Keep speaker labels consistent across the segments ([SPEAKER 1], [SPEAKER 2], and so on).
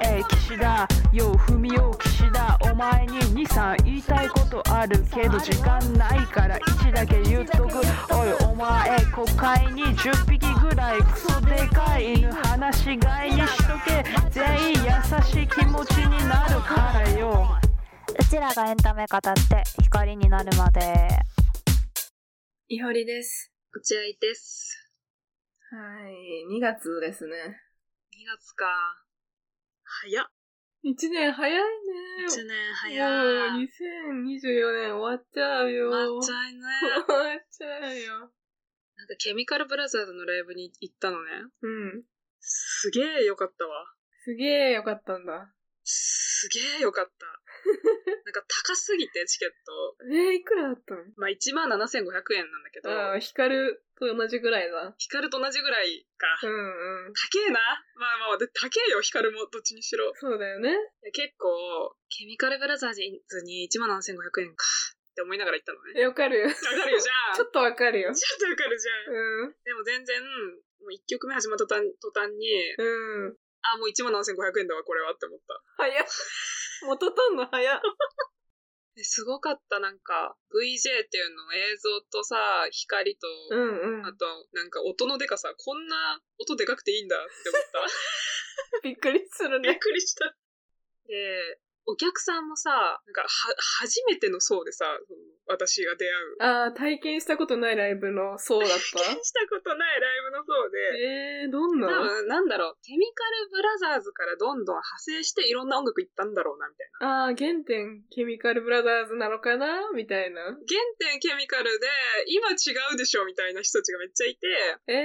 [SPEAKER 1] 岸田よう踏みよう岸田お前に23言いたいことあるけど時間ないから1だけ言っとくおいお前国会に10匹ぐらいクソでかい犬放し飼いにしとけ全員優しい気持ちになるからよ
[SPEAKER 2] うちらがエンタメ語って光になるまで
[SPEAKER 3] いほりです。
[SPEAKER 4] 落合です。
[SPEAKER 3] はい、2月ですね。
[SPEAKER 4] 2月か。早っ。
[SPEAKER 3] 1年早いね。
[SPEAKER 4] 1年早い。
[SPEAKER 3] もう2024年終わっちゃうよ。
[SPEAKER 4] 終わっち ゃいね。
[SPEAKER 3] 終わっちゃうよ。
[SPEAKER 4] なんかケミカルブラザーズのライブに行ったのね。
[SPEAKER 3] うん。
[SPEAKER 4] すげえよかったわ。
[SPEAKER 3] すげえよかったんだ。
[SPEAKER 4] すげえよかった。 なんか高すぎてチケット。
[SPEAKER 3] えー、いくらだったの
[SPEAKER 4] まあ1万7500円なんだけど、
[SPEAKER 3] ああ、ヒカルと同じぐらいだ。
[SPEAKER 4] ヒカルと同じぐら
[SPEAKER 3] う
[SPEAKER 4] い
[SPEAKER 3] ん
[SPEAKER 4] か。
[SPEAKER 3] うん。
[SPEAKER 4] 高えな。まあまあ、で高えよ、ヒカルも。どっちにしろ。
[SPEAKER 3] そうだよね。
[SPEAKER 4] いや結構、ケミカルブラザーズに1万7500円か。って思いながら行ったのね。
[SPEAKER 3] えわかるよ。
[SPEAKER 4] わかるよ、じゃん。
[SPEAKER 3] ちょっとわかるよ。
[SPEAKER 4] ちょっとわかるじゃん。
[SPEAKER 3] うん。
[SPEAKER 4] でも全然、もう1曲目始まった途端途端に、
[SPEAKER 3] うん。
[SPEAKER 4] あ、もう1万7500円だわ、これはって思った。
[SPEAKER 3] 早っ。元とんの早っ。
[SPEAKER 4] ですごかった、なんか、VJ っていうの映像とさ、光と、
[SPEAKER 3] うんうん
[SPEAKER 4] あ。と、なんか音のでかさ、こんな音でかくていいんだって思った。
[SPEAKER 3] びっくりする
[SPEAKER 4] びっ
[SPEAKER 3] ね。
[SPEAKER 4] くりした。で、お客さんもさ、なんか、は、初めての層でさ、その私が出会う。
[SPEAKER 3] ああ、体験したことないライブのそうだっ
[SPEAKER 4] 体験
[SPEAKER 3] た
[SPEAKER 4] したことないライブの層で、
[SPEAKER 3] えー、どん
[SPEAKER 4] 多
[SPEAKER 3] な
[SPEAKER 4] 分、なんだろう、ケミカルブラザーズからどんどん派生していろんな音楽行ったんだろうな、みたいな。
[SPEAKER 3] ああ、原点、ケミカルブラザーズなのかなみたいな。
[SPEAKER 4] 原点ケミカルで、今違うでしょみたいな人たちがめっちゃいて、
[SPEAKER 3] え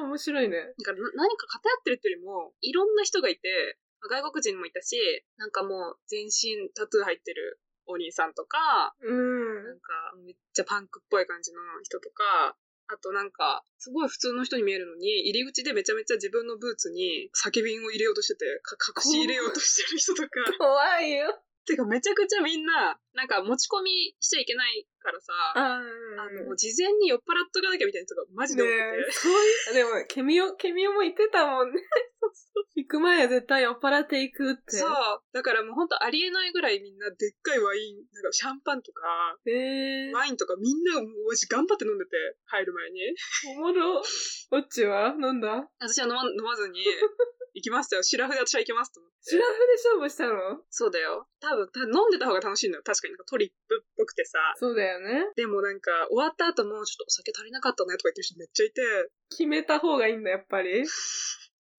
[SPEAKER 3] ー、面白いね。
[SPEAKER 4] なんかな何か偏ってるっていうよりも、いろんな人がいて、外国人もいたし、なんかもう全身タトゥー入ってるお兄さんとか、
[SPEAKER 3] うん。
[SPEAKER 4] なんかめっちゃパンクっぽい感じの人とか、あとなんか、すごい普通の人に見えるのに、入り口でめちゃめちゃ自分のブーツに酒瓶を入れようとしてて、か隠し入れようとしてる人とか。
[SPEAKER 3] 怖いよ。
[SPEAKER 4] てかめちゃくちゃみんな、なんか持ち込みしちゃいけないからさ、
[SPEAKER 3] あ
[SPEAKER 4] あの、も
[SPEAKER 3] の
[SPEAKER 4] う、事前に酔っ払っとかなきゃみたいな人がマジで多くて。
[SPEAKER 3] えそういう、でも、ケミオ、ケミオも言ってたもん ね。行く前は絶対酔っ払っていくって。
[SPEAKER 4] そう。だからもうほんとありえないぐらいみんなでっかいワイン、なんかシャンパンとか、
[SPEAKER 3] えー、
[SPEAKER 4] ワインとかみんなもう私頑張って飲んでて、入る前に。
[SPEAKER 3] おもろ。オッチは飲んだ
[SPEAKER 4] 私は飲ま飲まずに、行きましたよ。シラフで私は行きますと思って。
[SPEAKER 3] シラフで勝負したの
[SPEAKER 4] そうだよ。多分、た飲んでた方が楽しいのよ。確かになんかトリップっぽくてさ。
[SPEAKER 3] そうだよね。
[SPEAKER 4] でもなんか、終わった後もちょっとお酒足りなかったねとか言ってる人めっちゃいて、
[SPEAKER 3] 決めた方がいいんだ、やっぱり。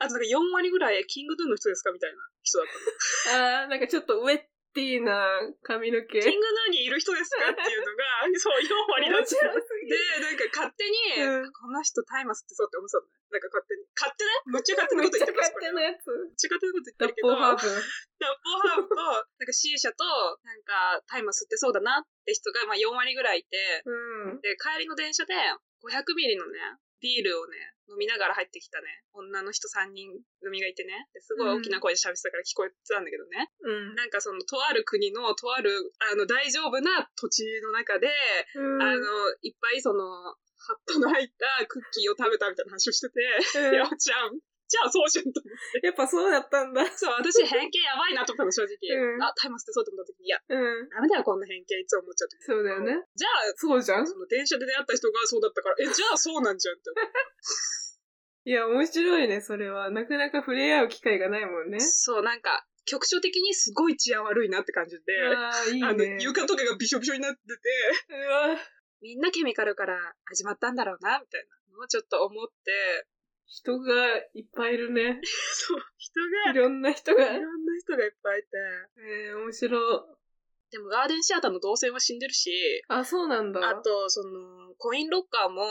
[SPEAKER 4] あとなんか4割ぐらいキングドゥの人ですかみたいな人だった
[SPEAKER 3] ああ、
[SPEAKER 4] の。
[SPEAKER 3] なんかちょっとウェッティーな髪の毛。
[SPEAKER 4] キングドゥにいる人ですかっていうのが、そう、4割だ
[SPEAKER 3] 面白す
[SPEAKER 4] った。
[SPEAKER 3] ぎる。、
[SPEAKER 4] でなんか勝手に、
[SPEAKER 3] うん
[SPEAKER 4] この人タイマスってそうって思ってたのね。なんか勝手に。勝手ねむっちゃ勝手な
[SPEAKER 3] めっ
[SPEAKER 4] こと
[SPEAKER 3] ちゃ
[SPEAKER 4] 言
[SPEAKER 3] 勝
[SPEAKER 4] ってますこ
[SPEAKER 3] 手
[SPEAKER 4] れ。
[SPEAKER 3] なや
[SPEAKER 4] めっ
[SPEAKER 3] つ。
[SPEAKER 4] ちゃ勝
[SPEAKER 3] 脱法ハーブ。
[SPEAKER 4] 手なこと言ってるけど、ダッポーハーブと、なんか C 社と、なんかタイマスってそうだなって人が、まあ4割ぐらいいて、
[SPEAKER 3] うん。
[SPEAKER 4] で、帰りの電車で500ミリのね、ビールをね、飲みながら入ってきたね、女の人3人組がいてね、ですごい大きな声で喋ってたから聞こえてたんだけどね、
[SPEAKER 3] うん。
[SPEAKER 4] なんかその、とある国の、とある、あの、大丈夫な土地の中で、
[SPEAKER 3] うん
[SPEAKER 4] あの、いっぱいその、葉っぱの入ったクッキーを食べたみたいな話をしてて、
[SPEAKER 3] うん
[SPEAKER 4] いや、じゃあ、じゃあそうじゃんと思って。
[SPEAKER 3] やっぱそうだったんだ。
[SPEAKER 4] そう、私偏見やばいなと思ったの、正直。
[SPEAKER 3] うん
[SPEAKER 4] あ、タイマスってそうと思った時に、いや、
[SPEAKER 3] うん。
[SPEAKER 4] ダメだよ、こんな偏見いつも思っちゃうと。
[SPEAKER 3] そうだよね。
[SPEAKER 4] じゃあ、
[SPEAKER 3] そうじゃん
[SPEAKER 4] その電車で出会った人がそうだったから、え、じゃあそうなんじゃんって思って。
[SPEAKER 3] いや、面白いね、それは。なかなか触れ合う機会がないもんね。
[SPEAKER 4] そう、なんか、局所的にすごい治安悪いなって感じで、
[SPEAKER 3] ああ、いい
[SPEAKER 4] あの、
[SPEAKER 3] ね。
[SPEAKER 4] 床とかがびしょびしょになってて、
[SPEAKER 3] うわ
[SPEAKER 4] みんなケミカルから始まったんだろうな、みたいなのをちょっと思って、
[SPEAKER 3] 人がいっぱいいるね。
[SPEAKER 4] そう、人
[SPEAKER 3] いろんな人が。
[SPEAKER 4] が、い
[SPEAKER 3] え
[SPEAKER 4] ろんな人がいっぱいいて、
[SPEAKER 3] ー、面白い。
[SPEAKER 4] でもガーデンシアターの動線は死んでるし、
[SPEAKER 3] あ、そうなんだ。
[SPEAKER 4] あと、その、コインロッカーも、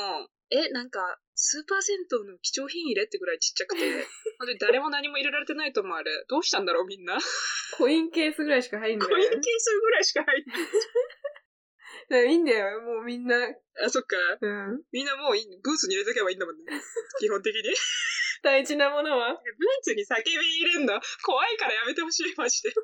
[SPEAKER 4] え、なんか、スーパー銭湯の貴重品入れってぐらいちっちゃく て、本当に誰も何も入れられてないと思う、あれ。どうしたんだろう、みんな。コ
[SPEAKER 3] コインケースぐらいしか入んない。
[SPEAKER 4] インケースぐらいしか入ってない。
[SPEAKER 3] だからいいんだよ、もうみんな。
[SPEAKER 4] あ、そっか。
[SPEAKER 3] うん。
[SPEAKER 4] みんなもういい、ブーツに入れとけばいいんだもん ね。基本的に。ブー
[SPEAKER 3] 大事なものは。
[SPEAKER 4] ツに叫び入れんの、怖いからやめてほしい、マジで。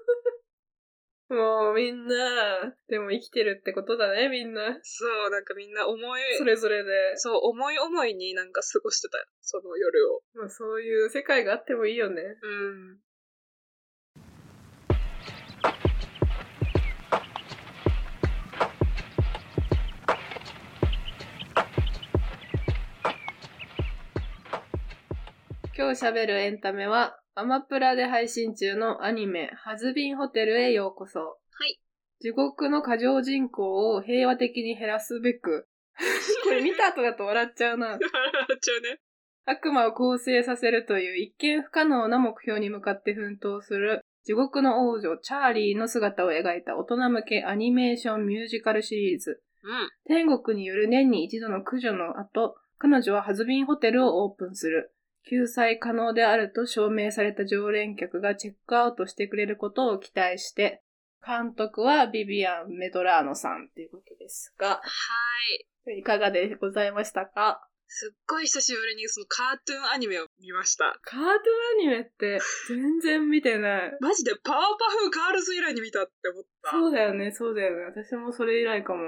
[SPEAKER 3] もうみんな、でも生きてるってことだね、みんな。
[SPEAKER 4] そう、なんかみんな思い、
[SPEAKER 3] それぞれで。
[SPEAKER 4] そう、思い思いになんか過ごしてた、その夜を。
[SPEAKER 3] まあそういう世界があってもいいよね。
[SPEAKER 4] うん。
[SPEAKER 3] 喋るエンタメは、アマプラで配信中のアニメ、ハズビンホテルへようこそ。
[SPEAKER 4] い
[SPEAKER 3] 地獄の過剰人口を平和的に減らすべく、 これ見た後だと笑っちゃうな。
[SPEAKER 4] 笑っちゃうね。
[SPEAKER 3] 悪魔を構成させるという一見不可能な目標に向かって奮闘する地獄の王女チャーリーの姿を描いた大人向けアニメーションミュージカルシリーズ。
[SPEAKER 4] うん。
[SPEAKER 3] 天国による年に一度の駆除の後、彼女はハズビンホテルをオープンする。救済可能であると証明された常連客がチェックアウトしてくれることを期待して、監督はビビアン・メドラーノさんということですが、
[SPEAKER 4] はい。
[SPEAKER 3] いかがでございましたか
[SPEAKER 4] すっごい久しぶりにそのカートゥーンアニメを見ました。
[SPEAKER 3] カートゥーンアニメって全然見てない。
[SPEAKER 4] マジでパワーパフガールズ以来に見たって思った。
[SPEAKER 3] そうだよね、そうだよね。私もそれ以来かも。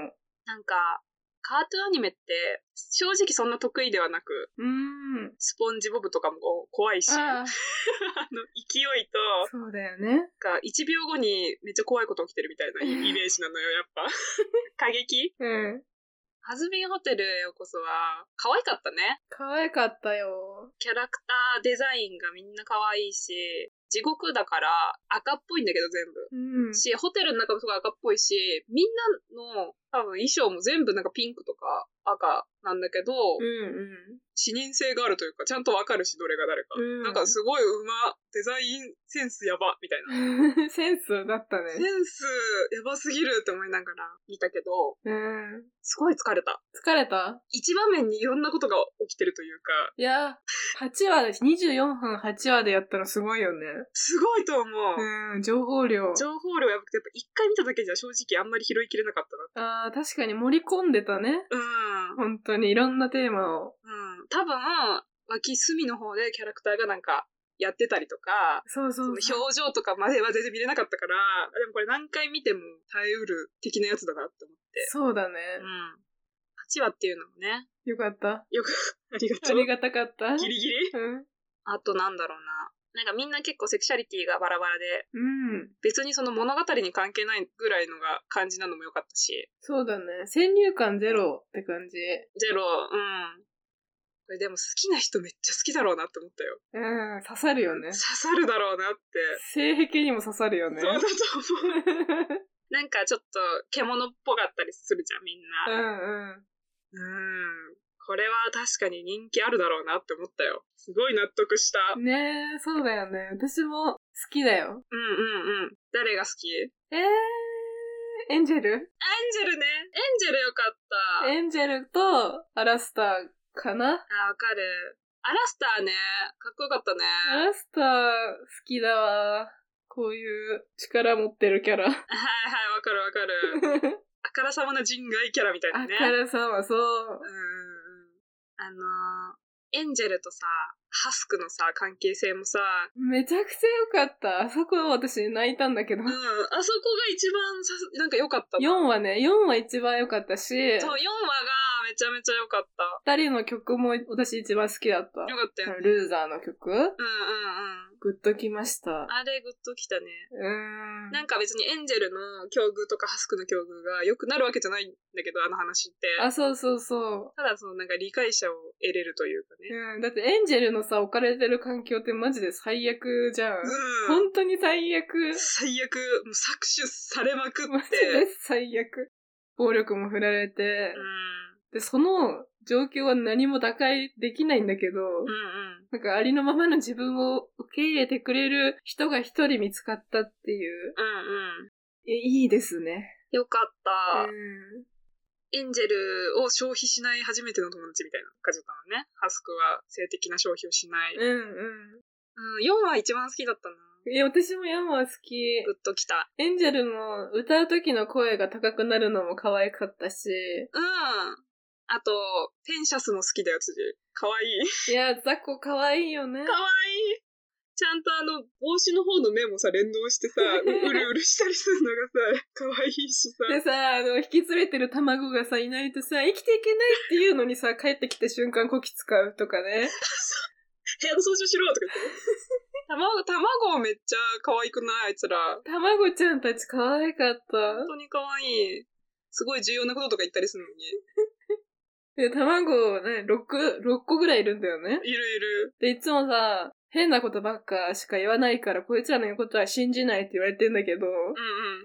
[SPEAKER 4] なんか、カートゥーンアニメって正直そんな得意ではなく、
[SPEAKER 3] うーん。
[SPEAKER 4] スポンジボブとかもこう怖いし、
[SPEAKER 3] あ
[SPEAKER 4] あ
[SPEAKER 3] あ、
[SPEAKER 4] の勢いと、
[SPEAKER 3] そうだよね。
[SPEAKER 4] なんか1秒後にめっちゃ怖いこと起きてるみたいなイメージなのよ、やっぱ。 過激
[SPEAKER 3] うん。
[SPEAKER 4] ハズビンホテルへようこそは、可愛かったね。
[SPEAKER 3] 可愛かったよ。
[SPEAKER 4] キャラクター、デザインがみんな可愛いし、地獄だから赤っぽいんだけど全部。
[SPEAKER 3] うん。
[SPEAKER 4] し、ホテルの中もすごい赤っぽいし、みんなの多分衣装も全部なんかピンクとか赤なんだけど、
[SPEAKER 3] うん
[SPEAKER 4] 視認性があるというか、ちゃんとわかるし、どれが誰か。
[SPEAKER 3] うん
[SPEAKER 4] なんかすごいうま、デザインセンスやば、みたいな。
[SPEAKER 3] うん。 センスだった
[SPEAKER 4] セ
[SPEAKER 3] ね。
[SPEAKER 4] ンスやばすぎるって思いながら見たけど、
[SPEAKER 3] うん。
[SPEAKER 4] すごい疲れた。
[SPEAKER 3] 疲れた
[SPEAKER 4] 一場面にいろんなことが起きてるというか、
[SPEAKER 3] いや、8話だし、24分8話でやったのすごいよね。
[SPEAKER 4] すごいと思う。
[SPEAKER 3] うん、情報量。
[SPEAKER 4] 情報量やばくて、やっぱ一回見ただけじゃ正直あんまり拾いきれなかった
[SPEAKER 3] ああ、確かに盛り込んでたね。
[SPEAKER 4] な。うん。
[SPEAKER 3] 本当にいろんなテーマを。
[SPEAKER 4] うん。多分、脇隅の方でキャラクターがなんかやってたりとか、
[SPEAKER 3] そうそう
[SPEAKER 4] そ
[SPEAKER 3] そ
[SPEAKER 4] の
[SPEAKER 3] う。
[SPEAKER 4] 表情とかまでは全然見れなかったから、あでもこれ何回見ても耐えうる的なやつだなって思って。
[SPEAKER 3] そうだね。
[SPEAKER 4] うん。8話っていうのもね、
[SPEAKER 3] よかった。
[SPEAKER 4] よく、ありが
[SPEAKER 3] あ
[SPEAKER 4] とう。
[SPEAKER 3] りがたかった。
[SPEAKER 4] ギリギリ
[SPEAKER 3] うん。
[SPEAKER 4] あとなんだろうな。なんかみんな結構セクシャリティがバラバラで、
[SPEAKER 3] うん。
[SPEAKER 4] 別にその物語に関係ないぐらいのが感じなのも良かったし、
[SPEAKER 3] そうだね。先入観ゼロって感じ。
[SPEAKER 4] ゼロ、うん。これでも好きな人めっちゃ好きだろうなって思ったよ。
[SPEAKER 3] うん。刺さるよね
[SPEAKER 4] 刺。さるだろうなって。
[SPEAKER 3] 性癖にも刺さるよね。
[SPEAKER 4] そうだと思う。なんかちょっと獣っぽかったりするじゃん、み ん
[SPEAKER 3] う
[SPEAKER 4] な。
[SPEAKER 3] んうん。
[SPEAKER 4] うん。これは確かに人気あるだろうなって思ったよ。すごい納得した。うんうん
[SPEAKER 3] ねえ、そうだよね。私も好きだよ。
[SPEAKER 4] うん。誰が好きエン
[SPEAKER 3] えー、エンジェル
[SPEAKER 4] ジェルね。エンジェルよかった。
[SPEAKER 3] エンジェルとアラスターかな
[SPEAKER 4] あ、わかる。アラスターね。かっこよかったね。
[SPEAKER 3] アラスター好きだわ。こういう力持ってるキャラ。
[SPEAKER 4] はいはい、わかるわか る。あからさまな人外キャラみたいな
[SPEAKER 3] あ
[SPEAKER 4] ね。
[SPEAKER 3] からさんはそう
[SPEAKER 4] う。んうんうん。あのーエンジェルとさ、ハスクのさ、関係性もさ、
[SPEAKER 3] めちゃくちゃ良かった。あそこは私泣いたんだけど
[SPEAKER 4] うん、。あそこが一番さ、なんか良かったな。
[SPEAKER 3] 4はね、4は一番良かったし、
[SPEAKER 4] そう、4話がめちゃめちゃ良かった。
[SPEAKER 3] 二人の曲も私一番好きだった。
[SPEAKER 4] 良かったよね。
[SPEAKER 3] ルーザーの曲
[SPEAKER 4] うんうんうん。
[SPEAKER 3] グッときました。
[SPEAKER 4] あれ、グッときたね。
[SPEAKER 3] うーん。
[SPEAKER 4] なんか別にエンジェルの境遇とかハスクの境遇が良くなるわけじゃないんだけど、あの話って。
[SPEAKER 3] あ、そうそうそ
[SPEAKER 4] ただそのなんか理解者を得れるというか
[SPEAKER 3] う。
[SPEAKER 4] ね。
[SPEAKER 3] うん。だってエンジェルのさ、置かれてる環境ってマジで最悪じゃん。
[SPEAKER 4] うん。
[SPEAKER 3] 本当に最悪。
[SPEAKER 4] 最悪、もう搾取されまくって。
[SPEAKER 3] マジで最悪。暴力も振られて
[SPEAKER 4] う、ん。
[SPEAKER 3] で、その状況は何も打開できないんだけど、
[SPEAKER 4] うんうん。
[SPEAKER 3] なんかありのままの自分を受け入れてくれる人が一人見つかったっていう、
[SPEAKER 4] うんうん。
[SPEAKER 3] えいいですね。
[SPEAKER 4] よかった。
[SPEAKER 3] うん
[SPEAKER 4] エンジェルを消費しない初めての友達みたいな感じだったのね。ハスクは性的な消費をしない。うん、
[SPEAKER 3] うん
[SPEAKER 4] 4は一番好きだったな。
[SPEAKER 3] うん。いや、私もヤンは好き。
[SPEAKER 4] グッときた。
[SPEAKER 3] エンジェルの歌う時の声が高くなるのも可愛かったし、
[SPEAKER 4] うん。あと、ペンシャスも好きだよ、辻。かわいい。
[SPEAKER 3] いや、ザコ可愛いよね
[SPEAKER 4] か。わいい。ちゃんとあの、帽子の方の目もさ、連動してさ、うるうるしたりするのがさ、かわいい しさ。
[SPEAKER 3] でさ、あの、引き連れてる卵がさ、いないとさ、生きていけないっていうのにさ、帰ってきた瞬間こき使うとかね。
[SPEAKER 4] 部屋の掃除しろとか言って。卵、卵めっちゃ可愛くないあいつら。
[SPEAKER 3] 卵ちゃんたち可愛かった。
[SPEAKER 4] 本当に可愛い。すごい重要なこととか言ったりするのに。
[SPEAKER 3] で、卵、ね、6、6個ぐらいいるんだよね。
[SPEAKER 4] いるいる。
[SPEAKER 3] で、いつもさ、変なことばっかしか言わないから、こいつらの言うことは信じないって言われてんだけど、
[SPEAKER 4] うん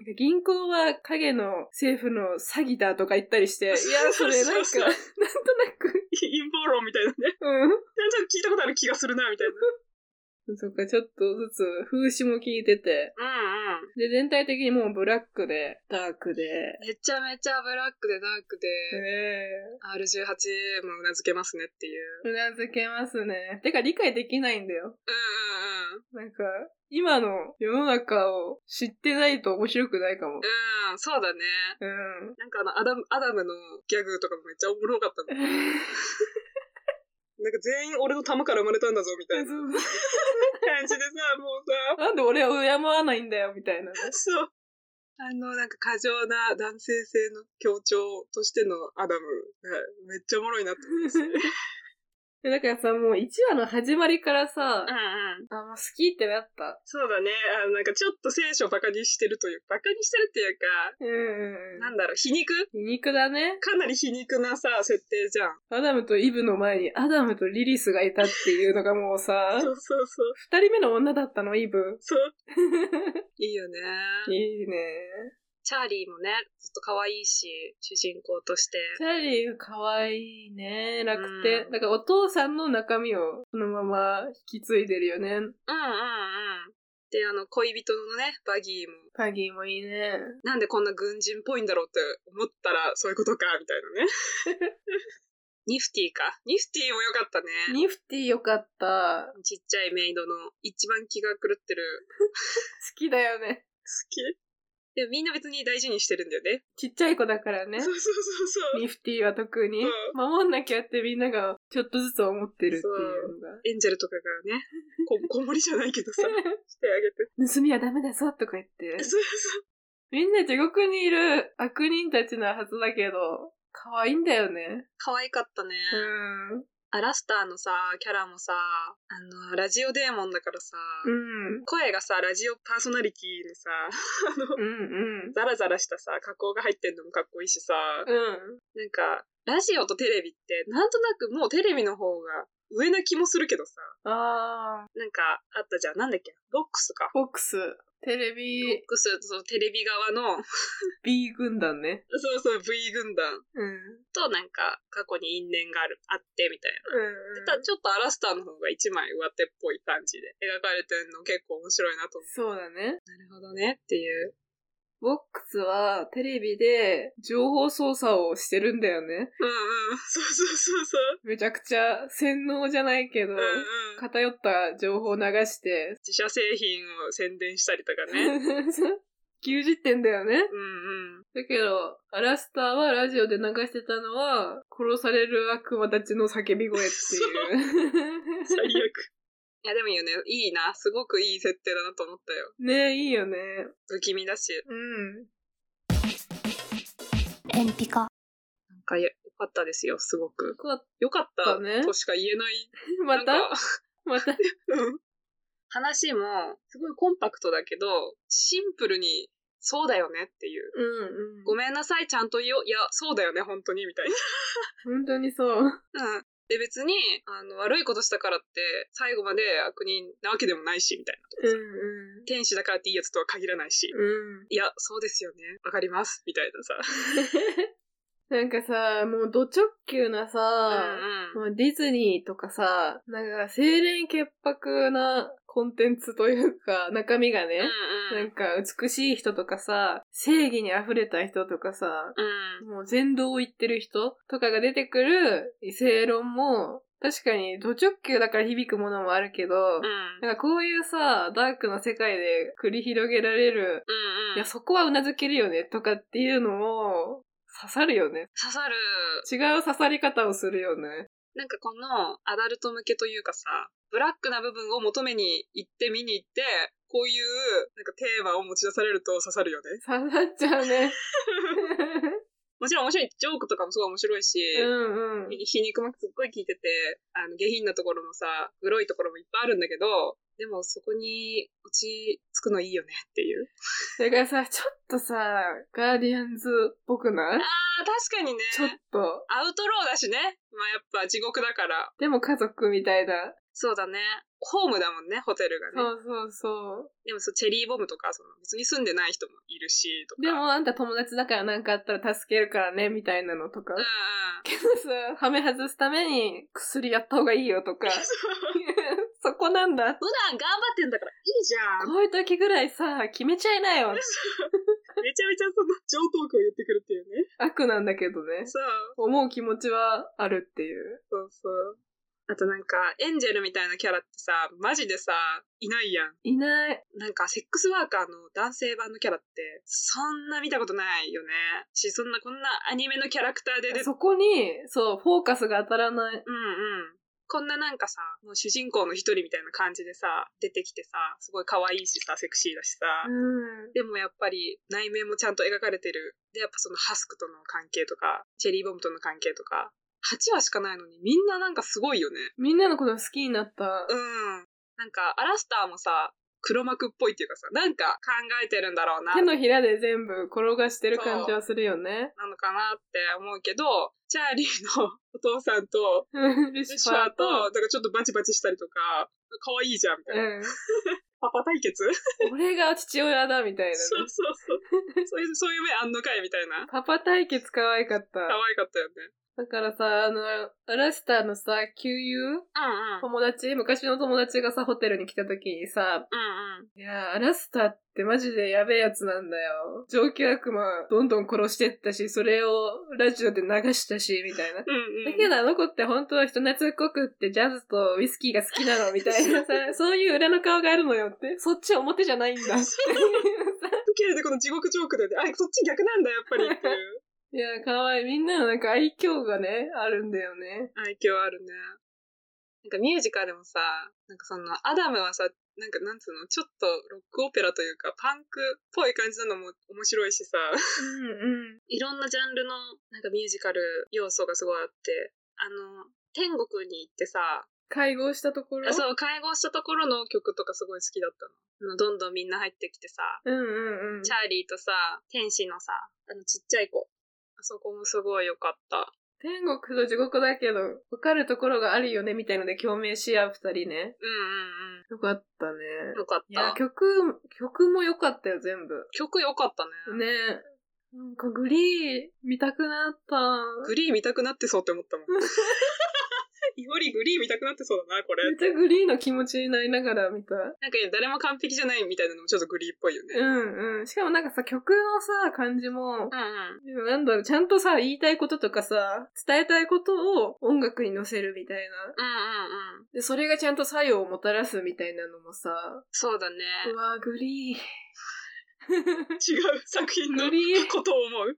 [SPEAKER 4] うん。
[SPEAKER 3] 銀行は影の政府の詐欺だとか言ったりして、いや、それなんか、なんと
[SPEAKER 4] そうそうそう
[SPEAKER 3] なく、
[SPEAKER 4] 陰謀論みたいなね。なんとなく聞いたことある気がするな、みたいな。
[SPEAKER 3] うん。そっか、ちょっとずつ風刺も効いてて、
[SPEAKER 4] うんうん。
[SPEAKER 3] で、全体的にもうブラックで、ダークで、
[SPEAKER 4] めちゃめちゃブラックでダーク
[SPEAKER 3] ね
[SPEAKER 4] で、
[SPEAKER 3] え
[SPEAKER 4] R18 もうなずけますねっていう。
[SPEAKER 3] うなずけますね。てか理解できないんだよ。
[SPEAKER 4] うんうんう
[SPEAKER 3] な
[SPEAKER 4] ん。
[SPEAKER 3] んか、今の世の中を知ってないと面白くないかも。
[SPEAKER 4] うん、そうだね。
[SPEAKER 3] うん。
[SPEAKER 4] なんかあの、アダム、アダムのギャグとかもめっちゃおもろかったもん。なんか全員俺の玉から生まれたんだぞ、みたいな
[SPEAKER 3] そう
[SPEAKER 4] 感じでさ、もう さ、
[SPEAKER 3] なんで俺を敬わないんだよ、みたいなね。
[SPEAKER 4] そう。あの、なんか過剰な男性性の強調としてのアダムがめっちゃおもろいなって思いますね。
[SPEAKER 3] でだからさ、もう1話の始まりからさ、
[SPEAKER 4] んうん。
[SPEAKER 3] あ、もう好きってなった。
[SPEAKER 4] そうだね。あの、なんかちょっと聖書をバカにしてるという、バカにしてるっていうか、
[SPEAKER 3] うんうんうん。
[SPEAKER 4] なんだろう、皮肉
[SPEAKER 3] 皮肉だね。
[SPEAKER 4] かなり皮肉なさ、設定じゃん。
[SPEAKER 3] アダムとイブの前にアダムとリリスがいたっていうのがもうさ、
[SPEAKER 4] そうそうそう。
[SPEAKER 3] 二人目の女だったの、イブ。
[SPEAKER 4] そう。 いいよね。
[SPEAKER 3] いいね。
[SPEAKER 4] チャーリーもね、ずっと可愛いし、主人公として。
[SPEAKER 3] チャーリーかわいいね。楽天。
[SPEAKER 4] うん
[SPEAKER 3] だからお父さんの中身をそのまま引き継いでるよね。
[SPEAKER 4] うんうんうん。で、あの、恋人のね、バギーも、
[SPEAKER 3] パギーもいいね。
[SPEAKER 4] なんでこんな軍人っぽいんだろうって思ったら、そういうことか、みたいなね。 ニフティか。ニフティも良かったね。
[SPEAKER 3] ニフティよかった。好
[SPEAKER 4] ちっちゃいメイドの一番気が狂ってる。
[SPEAKER 3] きだよね。
[SPEAKER 4] 好きでもみんな別に大事にしてるんだよね。
[SPEAKER 3] ちっちゃい子だからね
[SPEAKER 4] そう。そうそうそう。
[SPEAKER 3] ニフティは特に
[SPEAKER 4] うん
[SPEAKER 3] 守んなきゃってみんながちょっとずつ思ってるっていうの
[SPEAKER 4] エンジェルとかがね、 こ、こもりじゃないけどさ、 して
[SPEAKER 3] が。
[SPEAKER 4] あげて。
[SPEAKER 3] 盗みはダメだぞとか言って。
[SPEAKER 4] そうそう。
[SPEAKER 3] みんな地獄にいる悪人たちのはずだけど、可愛いんだよね。
[SPEAKER 4] 可愛かったね。
[SPEAKER 3] うん。
[SPEAKER 4] アラスターのさ、キャラもさ、あの、ラジオデーモンだからさ、
[SPEAKER 3] うん。
[SPEAKER 4] 声がさ、ラジオパーソナリティのさ、あの、
[SPEAKER 3] うんうん。
[SPEAKER 4] ザラザラしたさ、加工が入ってんのもかっこいいしさ、
[SPEAKER 3] うん。
[SPEAKER 4] なんか、ラジオとテレビって、なんとなくもうテレビの方が上な気もするけどさ、
[SPEAKER 3] あ
[SPEAKER 4] なんか、あったじゃん。なんだっけボックスか。
[SPEAKER 3] ー、ボックス、テレ
[SPEAKER 4] ボッ
[SPEAKER 3] ビ
[SPEAKER 4] クス、そのテレビ側 の、
[SPEAKER 3] B 軍団ね。
[SPEAKER 4] そうそう、V 軍団
[SPEAKER 3] うん。うん
[SPEAKER 4] となんか、過去に因縁がある、あって、みたいな。
[SPEAKER 3] うん。
[SPEAKER 4] ただちょっとアラスターの方が一枚上手っぽい感じで描かれてるの結構面白いなと思う。
[SPEAKER 3] そうだね。
[SPEAKER 4] なるほどねっていう。
[SPEAKER 3] ボックスはテレビで情報操作をしてるんだよね。
[SPEAKER 4] うんうん。そうそうそうそう。
[SPEAKER 3] めちゃくちゃ洗脳じゃないけど
[SPEAKER 4] うん、うん。
[SPEAKER 3] 偏った情報を流して、
[SPEAKER 4] 自社製品を宣伝したりとかね。
[SPEAKER 3] 90点だよね。
[SPEAKER 4] うんうん。
[SPEAKER 3] だけど、アラスターはラジオで流してたのは、殺される悪魔たちの叫び声って いう。
[SPEAKER 4] 最悪。いやでもいいよね。いいな。すごくいい設定だなと思ったよ。
[SPEAKER 3] ねえ、いいよね。
[SPEAKER 4] 不気味だし。
[SPEAKER 3] うん。
[SPEAKER 2] 天日か
[SPEAKER 4] なんかよよかったですよ、すごく。
[SPEAKER 3] こ
[SPEAKER 4] よかっ
[SPEAKER 3] そ
[SPEAKER 4] た
[SPEAKER 3] うね
[SPEAKER 4] としか言えない。
[SPEAKER 3] うまた
[SPEAKER 4] なんか
[SPEAKER 3] また。
[SPEAKER 4] うん話も、すごいコンパクトだけど、シンプルに、そうだよねっていう。
[SPEAKER 3] うんうん。
[SPEAKER 4] ごめんなさい、ちゃんと言おう。いや、そうだよね、本当に、みたい
[SPEAKER 3] 本当にそう。
[SPEAKER 4] な。うん。で、別に、あの、悪いことしたからって、最後まで悪人なわけでもないし、みたいな。
[SPEAKER 3] うんうん。
[SPEAKER 4] 天使だからっていいやつとは限らないし。
[SPEAKER 3] うん。
[SPEAKER 4] いや、そうですよね。わかります。みたいなさ。
[SPEAKER 3] なんかさ、もうド直球なさ、
[SPEAKER 4] うんうん。
[SPEAKER 3] まあ、ディズニーとかさ、なんか清廉潔白なコンテンツというか、中身がね、
[SPEAKER 4] うん
[SPEAKER 3] な
[SPEAKER 4] う
[SPEAKER 3] ん
[SPEAKER 4] ん。
[SPEAKER 3] か美しい人とかさ、正義に溢れた人とかさ、
[SPEAKER 4] うん。
[SPEAKER 3] もう全道を言ってる人とかが出てくる正論も、確かにド直球だから響くものもあるけど、
[SPEAKER 4] うん。
[SPEAKER 3] なんかこういうさ、ダークな世界で繰り広げられる、
[SPEAKER 4] うんうん。
[SPEAKER 3] いや、そこはうなずけるよねとかっていうのも、刺さるよね。
[SPEAKER 4] 刺さる。
[SPEAKER 3] 違う刺さり方をするよね。
[SPEAKER 4] なんかこのアダルト向けというかさ、ブラックな部分を求めに行って見に行って、こういうなんかテーマを持ち出されると刺さるよね。
[SPEAKER 3] 刺さっちゃうね。
[SPEAKER 4] もちろん面白い、ジョークとかもすごい面白いし、
[SPEAKER 3] うんうん。
[SPEAKER 4] 皮肉もすっごい効いてて、あの、下品なところもさ、黒いところもいっぱいあるんだけど、でもそこに落ち着くのいいよねっていう。
[SPEAKER 3] だからさ、ちょっとさ、ガーディアンズっぽくない
[SPEAKER 4] あー、確かにね。
[SPEAKER 3] ちょっと。
[SPEAKER 4] アウトローだしね。まあやっぱ地獄だから。
[SPEAKER 3] でも家族みたいな。
[SPEAKER 4] そうだね。ホームだもんね、ホテル
[SPEAKER 3] そ
[SPEAKER 4] がね。
[SPEAKER 3] うそうそう。
[SPEAKER 4] でもそう、チェリーボムとか、その別に住んでない人もいるし、とか。
[SPEAKER 3] でもあんた友達だから何かあったら助けるからね、みたいなのとか
[SPEAKER 4] うんう。
[SPEAKER 3] けどさ、はめ外すために薬やった方がいいよ とか。
[SPEAKER 4] ん。
[SPEAKER 3] そこなんだ。
[SPEAKER 4] 普段頑張ってんだからいいじゃん。
[SPEAKER 3] こういう時ぐらいさ、決めちゃいなよ。
[SPEAKER 4] めちゃめちゃその上等句を言ってくるっていうね。
[SPEAKER 3] 悪なんだけどね。
[SPEAKER 4] そう。
[SPEAKER 3] 思う気持ちはあるっていう。
[SPEAKER 4] そうそう。あとなんか、エンジェルみたいなキャラってさ、マジでさ、いないやん。
[SPEAKER 3] いない。
[SPEAKER 4] なんか、セックスワーカーの男性版のキャラって、そんな見たことないよね。し、そんなこんなアニメのキャラクターで出て
[SPEAKER 3] そこに、そう、フォーカスが当たらない。
[SPEAKER 4] うんうん。こんななんかさ、もう主人公の一人みたいな感じでさ、出てきてさ、すごい可愛いしさ、セクシーだしさ。
[SPEAKER 3] うん。
[SPEAKER 4] でもやっぱり内面もちゃんと描かれてる。で、やっぱそのハスクとの関係とか、チェリーボムとの関係とか、8話しかないのにみんななんかすごいよね。
[SPEAKER 3] みんなのこと好きになった
[SPEAKER 4] う。ん。なんか、アラスターもさ、黒幕っぽいっていうかさ、なんか考えてるんだろうな、
[SPEAKER 3] 手
[SPEAKER 4] な
[SPEAKER 3] のひらで全部転がしてる感じはするよね。
[SPEAKER 4] のかなって思うけど、チャーリーのお父さんと、
[SPEAKER 3] ル
[SPEAKER 4] ル
[SPEAKER 3] シ
[SPEAKER 4] シ
[SPEAKER 3] フ
[SPEAKER 4] ファ
[SPEAKER 3] ァ
[SPEAKER 4] ー
[SPEAKER 3] ーと
[SPEAKER 4] と、なん、かちょっとバチバチしたりとか、可愛いじゃん、みたいな。
[SPEAKER 3] う
[SPEAKER 4] パパ対決
[SPEAKER 3] ん。俺が父親だ、みたいなね。
[SPEAKER 4] そうそうそう。そういう、そういう目あんのかいみたいな。
[SPEAKER 3] パパ対決可愛かった。
[SPEAKER 4] 可愛かったよね。
[SPEAKER 3] だからさ、あの、アラスターのさ、旧友
[SPEAKER 4] うんうん。
[SPEAKER 3] 友達昔の友達がさ、ホテルに来た時にさ、
[SPEAKER 4] うんう
[SPEAKER 3] い
[SPEAKER 4] ん。
[SPEAKER 3] やー、アラスターってマジでやべえやつなんだよ。上級悪魔、どんどん殺してったし、それをラジオで流したし、みたいな。だ
[SPEAKER 4] うんうん。
[SPEAKER 3] けどあの子って本当は人懐っこくってジャズとウイスキーが好きなのみたいな さ、そういう裏の顔があるのよって。そっち表じゃないんだっていうさ。
[SPEAKER 4] けれど、この地獄ジョークで、あ、そっち逆なんだ、やっぱりっていう。
[SPEAKER 3] いやー、かわいい。みんなのなんか愛嬌がね、あるんだよね。
[SPEAKER 4] 愛嬌あるね。なんかミュージカルもさ、なんかその、アダムはさ、なんかなんつうの、ちょっとロックオペラというか、パンクっぽい感じなのも面白いしさ、
[SPEAKER 3] うん
[SPEAKER 4] いろんなジャンルのなんかミュージカル要素がすごいあって、あの、天国に行ってさ、
[SPEAKER 3] 会合したところ
[SPEAKER 4] あそう、会合したところの曲とかすごい好きだったの。あのどんどんみんな入ってきてさ、
[SPEAKER 3] うんうんうん。
[SPEAKER 4] チャーリーとさ、天使のさ、あのちっちゃい子。あそこもすごい良かった。
[SPEAKER 3] 天国と地獄だけど、わかるところがあるよね、みたいので共鳴し合う二人ね。
[SPEAKER 4] うんうん
[SPEAKER 3] よかったね。
[SPEAKER 4] うん。良かっ
[SPEAKER 3] いや、
[SPEAKER 4] た。
[SPEAKER 3] 曲、曲も良かったよ、全部。
[SPEAKER 4] 曲良かったね。
[SPEAKER 3] ねなんかグリー見たくなった。
[SPEAKER 4] グリー見たくなってそうって思ったも ん。いおりグリー見たくなってそうだな、これ。
[SPEAKER 3] めっちゃグリーの気持ちになりながら見た。
[SPEAKER 4] なんか誰も完璧じゃないみたいなのもちょっとグリーっぽいよね。
[SPEAKER 3] うんうん。しかもなんかさ、曲のさ、感じも、
[SPEAKER 4] うんうん。
[SPEAKER 3] なんだろう、ちゃんとさ、言いたいこととかさ、伝えたいことを音楽に乗せるみたいな。
[SPEAKER 4] うんうんうん。
[SPEAKER 3] で、それがちゃんと作用をもたらすみたいなのもさ、
[SPEAKER 4] そうだね。
[SPEAKER 3] うわグリー。
[SPEAKER 4] 違う作品の
[SPEAKER 3] グリー。
[SPEAKER 4] ことを思う。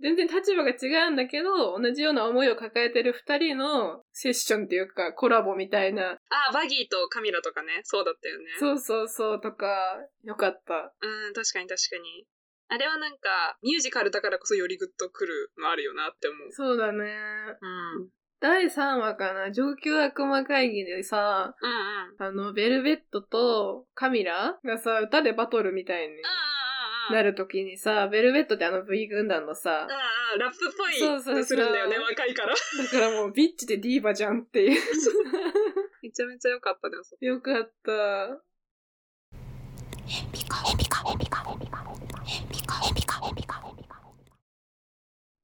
[SPEAKER 3] 全然立場が違うんだけど、同じような思いを抱えてる二人のセッションっていうか、コラボみたいな、
[SPEAKER 4] あ、バギーとカミラとかね。そうだったよね。
[SPEAKER 3] そうそうそうとか、よかった。
[SPEAKER 4] うん、確かに確かに。あれはなんか、ミュージカルだからこそよりグッとくるのあるよなって思う。
[SPEAKER 3] そうだね。
[SPEAKER 4] うん。うん
[SPEAKER 3] 第3話かな、上級悪魔会議でさ、
[SPEAKER 4] うん。うんうん
[SPEAKER 3] あの、ベルベットとカミラがさ、歌でバトルみたいに
[SPEAKER 4] うん。
[SPEAKER 3] なるときにさ、ベルベットってあの V 軍団のさ
[SPEAKER 4] うん、うん、ラップっぽい
[SPEAKER 3] そうそうそう
[SPEAKER 4] のするんだよね、若いから。
[SPEAKER 3] だからもうビッチでディーバじゃんって いう。
[SPEAKER 4] めちゃめちゃ良かったね、あそこ
[SPEAKER 3] よかった。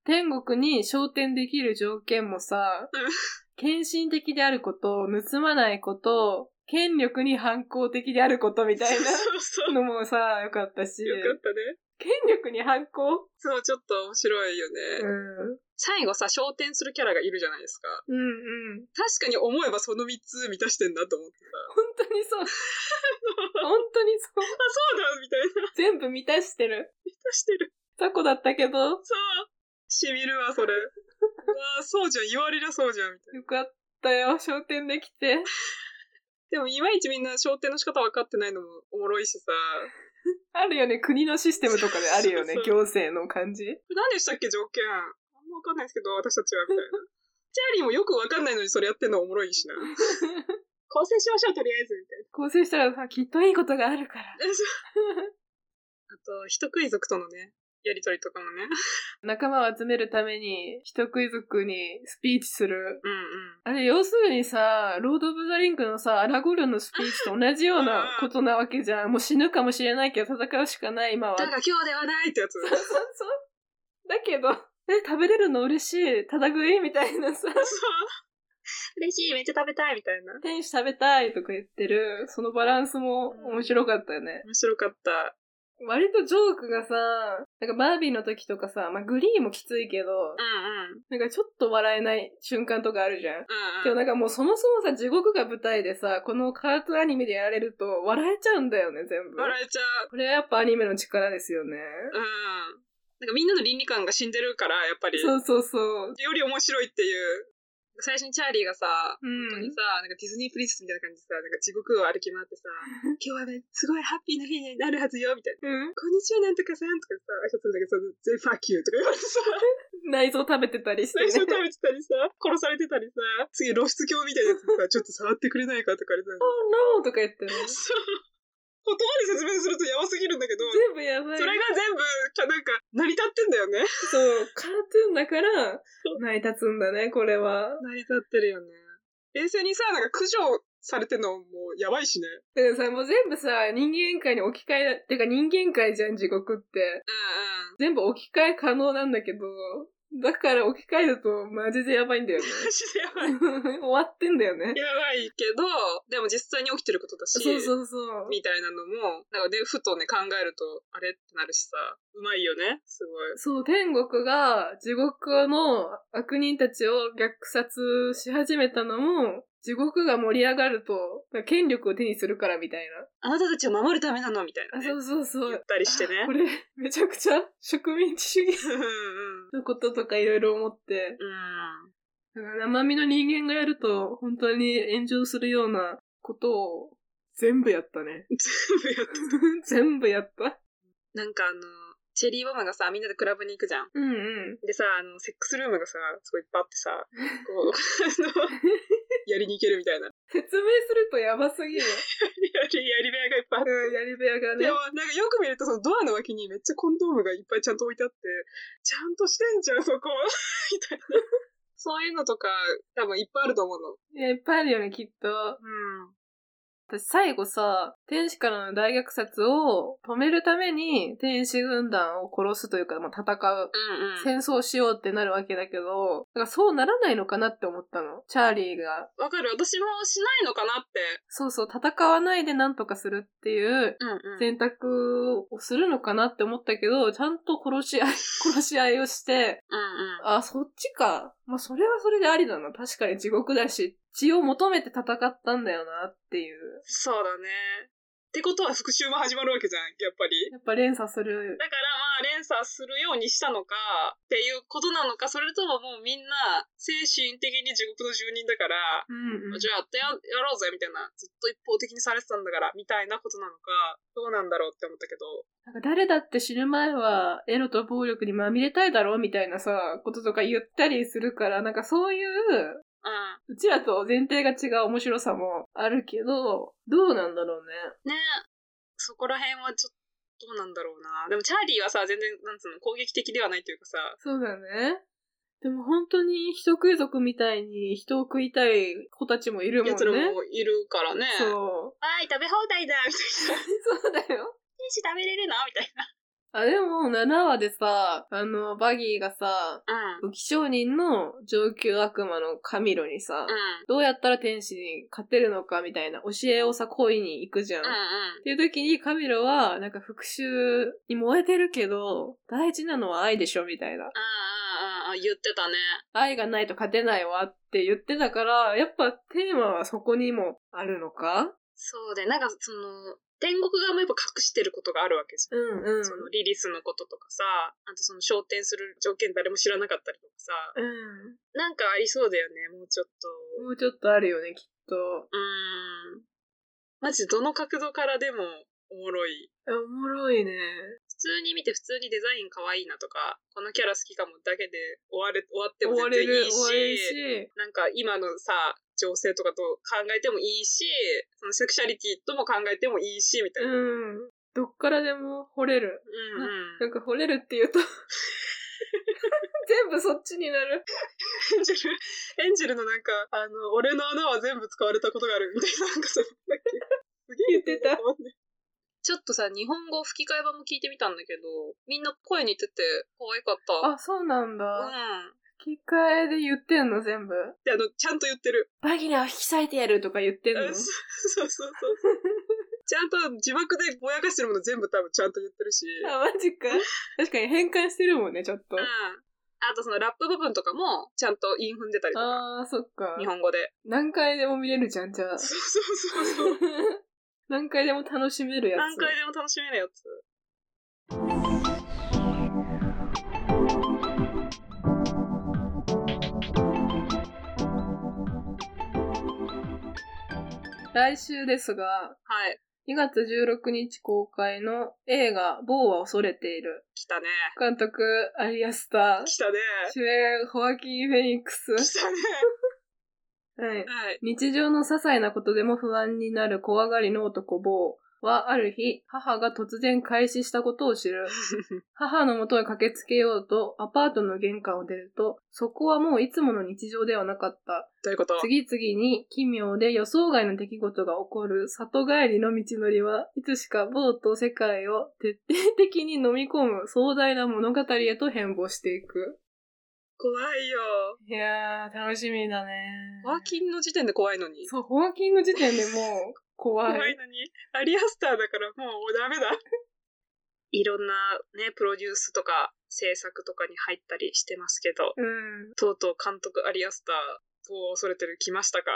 [SPEAKER 3] 天国に昇天できる条件もさ
[SPEAKER 4] うん、
[SPEAKER 3] 献身的であること、盗まないこと、権力に反抗的であることみたい
[SPEAKER 4] そうそう
[SPEAKER 3] なのもさ、よかったし、
[SPEAKER 4] よかったね。
[SPEAKER 3] 権力に反抗
[SPEAKER 4] そう、ちょっと面白いよね。
[SPEAKER 3] うん。
[SPEAKER 4] 最後さ、昇天するキャラがいるじゃないですか。
[SPEAKER 3] うんうん。
[SPEAKER 4] 確かに思えばその3つ満たしてんだと思ってさ。
[SPEAKER 3] 本当にそう。本当にそう。
[SPEAKER 4] あ、そうだみたいな。
[SPEAKER 3] 全部満たしてる。
[SPEAKER 4] 満たしてる。
[SPEAKER 3] タコだったけど、よ
[SPEAKER 4] そう。しみるわ、そ れ。うわそうじゃん、言われりゃそうじゃん、みたいな。
[SPEAKER 3] かったよ、昇天できて。
[SPEAKER 4] でも、いまいちみんな昇天の仕方分かってないのもおもろいしさ。
[SPEAKER 3] あるよね、国のシステムとかであるよね
[SPEAKER 4] そう、そう
[SPEAKER 3] 行政の感じ。
[SPEAKER 4] これ何でしたっけ、条件。あんま分かんないですけど、私たちは、みたいな。チャーリーもよく分かんないのにそれやってんのおもろい しな。構成しましょう、とりあえず、みたい
[SPEAKER 3] 構成 したらさ、きっといいことがあるから。
[SPEAKER 4] な。あと、人食い族とのね、やりとりとかもね。
[SPEAKER 3] 仲間を集めるために、人食い族にスピーチする。
[SPEAKER 4] うん
[SPEAKER 3] あれ、要するにさ、ロード・オブ・ザ・リンクのさ、アラゴルのスピーチと同じようなことなわけじゃん。もう死ぬかもしれないけど戦うしかない、今は。
[SPEAKER 4] うん。だが今日ではないってやつ。
[SPEAKER 3] そうそうそう。だけど、え、食べれるの嬉しい、ただ食いみたいなさ、
[SPEAKER 4] 嬉しい、めっちゃ食べたいみたいな。
[SPEAKER 3] 天使食べたいとか言ってる、そのバランスも面白かったよね。
[SPEAKER 4] 面白かった。
[SPEAKER 3] 割とジョークがさ、なんかバービーの時とかさ、まあグリーンもきついけど、
[SPEAKER 4] うんうん。
[SPEAKER 3] なんかちょっと笑えない瞬間とかあるじゃん。
[SPEAKER 4] うん
[SPEAKER 3] でも
[SPEAKER 4] うん。
[SPEAKER 3] なんかもうそもそもさ、地獄が舞台でさ、このカートゥーンアニメでやられると笑えちゃうんだよね、全部。
[SPEAKER 4] 笑えちゃう。
[SPEAKER 3] これはやっぱアニメの力ですよね。
[SPEAKER 4] うん。なんかみんなの倫理観が死んでるから、やっぱり。
[SPEAKER 3] そうそうそう。
[SPEAKER 4] より面白いっていう。最初にチャーリーがさ、
[SPEAKER 3] うん。
[SPEAKER 4] 本当にさ、なんかディズニープリンセスみたいな感じでさ、なんか地獄を歩き回ってさ、今日はね、すごいハッピーな日になるはずよ、みたいな。
[SPEAKER 3] うん。
[SPEAKER 4] こんにちは、なんとかさんとかさ、挨拶するんだけどさ、全ファキューとか言われて さ、
[SPEAKER 3] 内臓食べてたりして
[SPEAKER 4] 最
[SPEAKER 3] ね。
[SPEAKER 4] 初食 べてたりさ、殺されてたりさ、次露出鏡みたいなやつでさ、ちょっと触ってくれないかとかでさ、
[SPEAKER 3] Oh no! とか言ってね。
[SPEAKER 4] そう。言葉で説明するとやばすぎるんだけど、
[SPEAKER 3] 全部やばい。
[SPEAKER 4] それが全部、かなんか、成り立ってんだよね。
[SPEAKER 3] そう、カートゥーンだから、成り立つんだね、これは。
[SPEAKER 4] 成り立ってるよね。冷静にさ、なんか駆除されてんのもやばいしね。
[SPEAKER 3] だからさ、もう全部さ、人間界に置き換え、てか人間界じゃん、地獄って。
[SPEAKER 4] うんうん。
[SPEAKER 3] 全部置き換え可能なんだけど、だから置き換えるとマジでやばいんだよね。
[SPEAKER 4] マジでやばい。
[SPEAKER 3] 終わってんだよね。
[SPEAKER 4] やばいけど、でも実際に起きてることだし、
[SPEAKER 3] そうそうそう。
[SPEAKER 4] みたいなのも、なんかね、ふとね、考えると、あれってなるしさ、うまいよね、すごい。
[SPEAKER 3] そう、天国が地獄の悪人たちを虐殺し始めたのも、地獄が盛り上がると、権力を手にするからみたいな。
[SPEAKER 4] あなたたちを守るためなのみたいな
[SPEAKER 3] あ、
[SPEAKER 4] ね
[SPEAKER 3] そ。うそうそう。
[SPEAKER 4] 言ったりしてね
[SPEAKER 3] これ、めちゃくちゃ植民地主義
[SPEAKER 4] うんうん。
[SPEAKER 3] のこととかいろいろ思って、
[SPEAKER 4] う
[SPEAKER 3] だ
[SPEAKER 4] ん。。
[SPEAKER 3] から生身の人間がやると、本当に炎上するようなことを全部やったね
[SPEAKER 4] 全部
[SPEAKER 3] 全部や
[SPEAKER 4] やった。
[SPEAKER 3] った。
[SPEAKER 4] なんかあの、チェリーボマがさ、みんなでクラブに行くじゃん。
[SPEAKER 3] うんうん。
[SPEAKER 4] でさ、あの、セックスルームがさ、すごいいっぱいあってさ、こう、 あの、やりに行けるみたいな。や
[SPEAKER 3] 説明するとやばすぎる。
[SPEAKER 4] り、やり部屋がいっぱいあって。
[SPEAKER 3] うん、やり部屋がね
[SPEAKER 4] で。も、なんかよく見ると、そのドアの脇にめっちゃコンドームがいっぱいちゃんと置いてあって、ちゃんとしてんじゃん、そこ。 みたいな。そういうのとか、多分いっぱいあると思うの。
[SPEAKER 3] いや、いっぱいあるよね、きっと。
[SPEAKER 4] うん。
[SPEAKER 3] 私最後さ、天使からの大虐殺を止めるために天使軍団を殺すというか、まあ、戦う
[SPEAKER 4] うんうん。
[SPEAKER 3] 戦争しようってなるわけだけど、だからそうならないのかなって思ったの。チャーリーが。
[SPEAKER 4] わかる。私もしないのかなって。
[SPEAKER 3] そうそう、戦わないでなんとかするっていう
[SPEAKER 4] うんうん。
[SPEAKER 3] 選択をするのかなって思ったけど、ちゃんと殺し合い、 殺し合いをして、
[SPEAKER 4] うんうん。
[SPEAKER 3] あ、そっちか。まあ、それはそれでありだな。確かに地獄だし、血を求めて戦ったんだよなっていう。
[SPEAKER 4] そうだね。ってことは復讐も始まるわけじゃん、やっぱり。
[SPEAKER 3] やっぱ連鎖する。
[SPEAKER 4] だからまあ連鎖するようにしたのかっていうことなのかそれとももうみんな精神的に地獄の住人だから、
[SPEAKER 3] うんうん。
[SPEAKER 4] じゃあやってややろうぜみたいなずっと一方的にされてたんだからみたいなことなのかどうなんだろうって思ったけど
[SPEAKER 3] なんか誰だって死ぬ前はエロと暴力にまみれたいだろうみたいなさ、こととか言ったりするから、なんかそういう、
[SPEAKER 4] うん
[SPEAKER 3] うちらと前提が違う面白さもあるけど、どうなんだろうね。
[SPEAKER 4] ねそこら辺はちょっとどうなんだろうなでもチャーリーはさ全然なんつうの攻撃的ではないというかさ
[SPEAKER 3] そうだね。でも本当に人食い族みたいに人を食いたい子たちもいるもんね。
[SPEAKER 4] 奴らもいるからね
[SPEAKER 3] そう。
[SPEAKER 4] わーい食べ放題だみたいな
[SPEAKER 3] そうだよ。
[SPEAKER 4] 天使食べれるのみたいな
[SPEAKER 3] あ、でも7話でさ、あの、バギーがさ、
[SPEAKER 4] うん
[SPEAKER 3] 武器商人の上級悪魔のカミロにさ、
[SPEAKER 4] うん
[SPEAKER 3] どうやったら天使に勝てるのかみたいな教えをさ、恋に行くじゃん。
[SPEAKER 4] うんう
[SPEAKER 3] っ
[SPEAKER 4] ん
[SPEAKER 3] ていう時にカミロは、なんか復讐に燃えてるけど、大事なのは愛でしょみたいな。
[SPEAKER 4] ああ、ああ、言ってたね。
[SPEAKER 3] 愛がないと勝てないわって言ってたから、やっぱテーマはそこにもあるのか
[SPEAKER 4] そうで、なんかその、天国側もやっぱ隠してることがあるわけじゃん。
[SPEAKER 3] うんうん。
[SPEAKER 4] そのリリスのこととかさ、あとその昇天する条件誰も知らなかったりとかさ、
[SPEAKER 3] う
[SPEAKER 4] なんかありそうだよね、もうちょっと。
[SPEAKER 3] ん。もうちょっとあるよね、きっと。
[SPEAKER 4] うーん。マジどの角度からでもおもろい。
[SPEAKER 3] えおもろいね。
[SPEAKER 4] 普通に見て普通にデザイン可愛いなとか、このキャラ好きかもだけで終われ、終わっても
[SPEAKER 3] 終わ
[SPEAKER 4] 全
[SPEAKER 3] れ
[SPEAKER 4] 然
[SPEAKER 3] る、
[SPEAKER 4] いい
[SPEAKER 3] 終われる
[SPEAKER 4] し、
[SPEAKER 3] し。
[SPEAKER 4] なんか今のさ、情勢とかと考えてもいいし、そのセクシャリティとも考えてもいいし、みたいな。
[SPEAKER 3] うん。どっからでも掘れる。
[SPEAKER 4] うんうん
[SPEAKER 3] なんか掘れるって言うと、 全部そっちになる。
[SPEAKER 4] エンジェル、エンジェルのなんか、あの、俺の穴は全部使われたことがあるみたいな、なんかそのなんだっけすげえ
[SPEAKER 3] 言ってた。
[SPEAKER 4] ちょっとさ、日本語吹き替え版も聞いてみたんだけど、みんな声似てて可愛かった。
[SPEAKER 3] あ、そうなん
[SPEAKER 4] うん。
[SPEAKER 3] だ。吹き替えで言ってんの、全部。
[SPEAKER 4] で、あの、ちゃんと言ってる。
[SPEAKER 3] バギラを引き裂いてやるとか言ってんの
[SPEAKER 4] うんそうそうそうそう。ちゃんと字幕でぼやかしてるもの全部多分ちゃんと言ってるし。うん。
[SPEAKER 3] あ、マジか。確かに変換してるもんね、ちょっと。
[SPEAKER 4] あとそのラップ部分とかも、ちゃんと韻踏んでたりとか、
[SPEAKER 3] あー、そっか。
[SPEAKER 4] 日本語で。
[SPEAKER 3] 何回でも見れるじゃん、じ ゃあ。
[SPEAKER 4] そうそうそうそう。
[SPEAKER 3] 何回でも楽しめるやつ。
[SPEAKER 4] 何回でも楽しめるやつ。
[SPEAKER 3] 来週ですが、
[SPEAKER 4] はい。
[SPEAKER 3] 2月16日公開の映画、某は恐れている。
[SPEAKER 4] 来たね。
[SPEAKER 3] 監督、アリアスター。
[SPEAKER 4] 来たね。
[SPEAKER 3] 主演、ホアキン・フェニック
[SPEAKER 4] 来
[SPEAKER 3] ス。
[SPEAKER 4] たね。
[SPEAKER 3] はい。
[SPEAKER 4] はい。
[SPEAKER 3] 日常の些細なことでも不安になる怖がりの男坊はある日、母が突然開始したことを知 る。母の元へ駆けつけようとアパートの玄関を出ると、そこはもういつもの日常ではなかった。
[SPEAKER 4] どういうこと
[SPEAKER 3] 次々に奇妙で予想外の出来事が起こる里帰りの道のりはいつしか某と世界を徹底的に飲み込む壮大な物語へと変貌していく。
[SPEAKER 4] 怖いよ。
[SPEAKER 3] いやー、楽しみだね。
[SPEAKER 4] ワーキンの時点で怖いのに。
[SPEAKER 3] そう、ホアキンの時点でもう怖い。
[SPEAKER 4] 怖いのに。アリアスターだからもうダメだ。 いろんなね、プロデュースとか制作とかに入ったりしてますけど、
[SPEAKER 3] うん。
[SPEAKER 4] とうとう監督アリアスター、こう恐れてる来ましたか。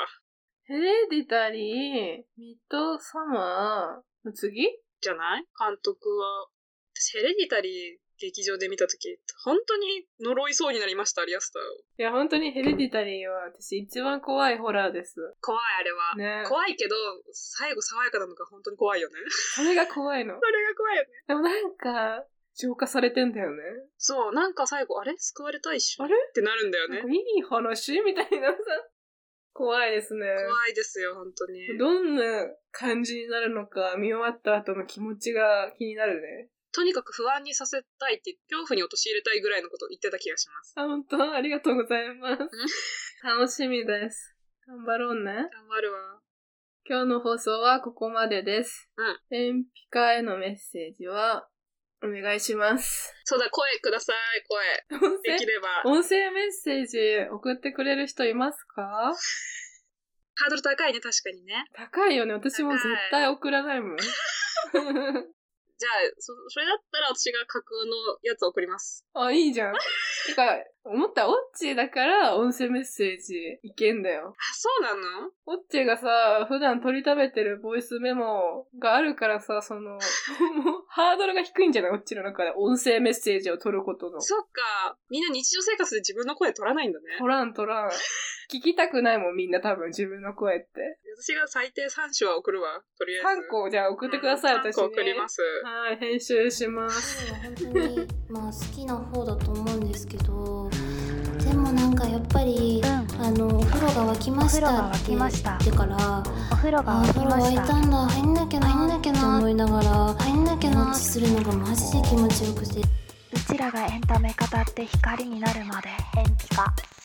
[SPEAKER 3] ヘレディタリー、ミッドサマーの次
[SPEAKER 4] じゃない監督は、私ヘレディタリー劇場で見たとき、本当に呪いそうになりました、アリアスターを。
[SPEAKER 3] いや、本当にヘレディタリーは私一番怖いホラーです。
[SPEAKER 4] 怖い、あれは。
[SPEAKER 3] ね。
[SPEAKER 4] 怖いけど、最後爽やかなのが本当に怖いよね。
[SPEAKER 3] それが怖いの
[SPEAKER 4] そ。れが怖いよね。
[SPEAKER 3] でもなんか、浄化されてんだよね。
[SPEAKER 4] そう、なんか最後、あれ救われたいし。
[SPEAKER 3] あれ
[SPEAKER 4] ってなるんだよ
[SPEAKER 3] な
[SPEAKER 4] ね
[SPEAKER 3] んか。いい話みたいなさ。怖いですね。
[SPEAKER 4] 怖いですよ、本当に。
[SPEAKER 3] どんな感じになるのか見終わった後の気持ちが気になるね。
[SPEAKER 4] とにかく不安にさせたいって、恐怖に陥れたいぐらいのことを言ってた気がします。
[SPEAKER 3] あ、本当ありがとうございます。楽しみです。頑張ろうね。
[SPEAKER 4] 頑張るわ。
[SPEAKER 3] 今日の放送はここまでです。
[SPEAKER 4] うん。
[SPEAKER 3] 天日課へのメッセージは、お願いします。
[SPEAKER 4] そうだ、声ください、声。
[SPEAKER 3] 音
[SPEAKER 4] でき
[SPEAKER 3] 声、
[SPEAKER 4] れば。ハ
[SPEAKER 3] 音声メッセージ送ってくれる人いますか
[SPEAKER 4] ードル高いね、確かにね。
[SPEAKER 3] 高いよね。私も絶対送らないもん。
[SPEAKER 4] じゃあ、そそれだったら私が架空のやつ送ります。
[SPEAKER 3] あ、いい じゃん。てか、思った、オッチーだから音声メッセージいけんだよ。
[SPEAKER 4] あ、そうなの
[SPEAKER 3] オッチーがさ、普段取り食べてるボイスメモがあるからさ、その、もうハードルが低いんじゃないオッチーの中で音声メッセージを取ることの。
[SPEAKER 4] そっか。みんな日常生活で自分の声取らないんだね。
[SPEAKER 3] 取らん取らん。聞きたくないもん、みんな多分自分の声って。
[SPEAKER 4] 私が最低3種は送るわ、とりあえず。
[SPEAKER 3] 3個じゃあ送ってください、
[SPEAKER 4] うん
[SPEAKER 3] 私
[SPEAKER 4] 三
[SPEAKER 3] に。
[SPEAKER 4] 個送ります。
[SPEAKER 3] はい、編集します。
[SPEAKER 5] 本当にまあ好きな方だと思うんですけどでもなんかやっぱり
[SPEAKER 2] うん
[SPEAKER 5] あのお風呂が沸きました
[SPEAKER 2] お風呂が沸
[SPEAKER 5] って
[SPEAKER 2] き
[SPEAKER 5] 言
[SPEAKER 2] ま
[SPEAKER 5] っ
[SPEAKER 2] した
[SPEAKER 5] てから
[SPEAKER 2] お風呂が
[SPEAKER 5] あお
[SPEAKER 2] 沸
[SPEAKER 5] 風
[SPEAKER 2] き
[SPEAKER 5] 呂
[SPEAKER 2] ま
[SPEAKER 5] 沸い
[SPEAKER 2] した
[SPEAKER 5] たんだ入んなきゃな
[SPEAKER 2] 入んなきゃな
[SPEAKER 5] って思いながら
[SPEAKER 2] 入んなき
[SPEAKER 5] 気
[SPEAKER 2] ゃな
[SPEAKER 5] 持ちするのがマジで気持ちよくて
[SPEAKER 2] うちらがエンタメ語って光になるまで延期か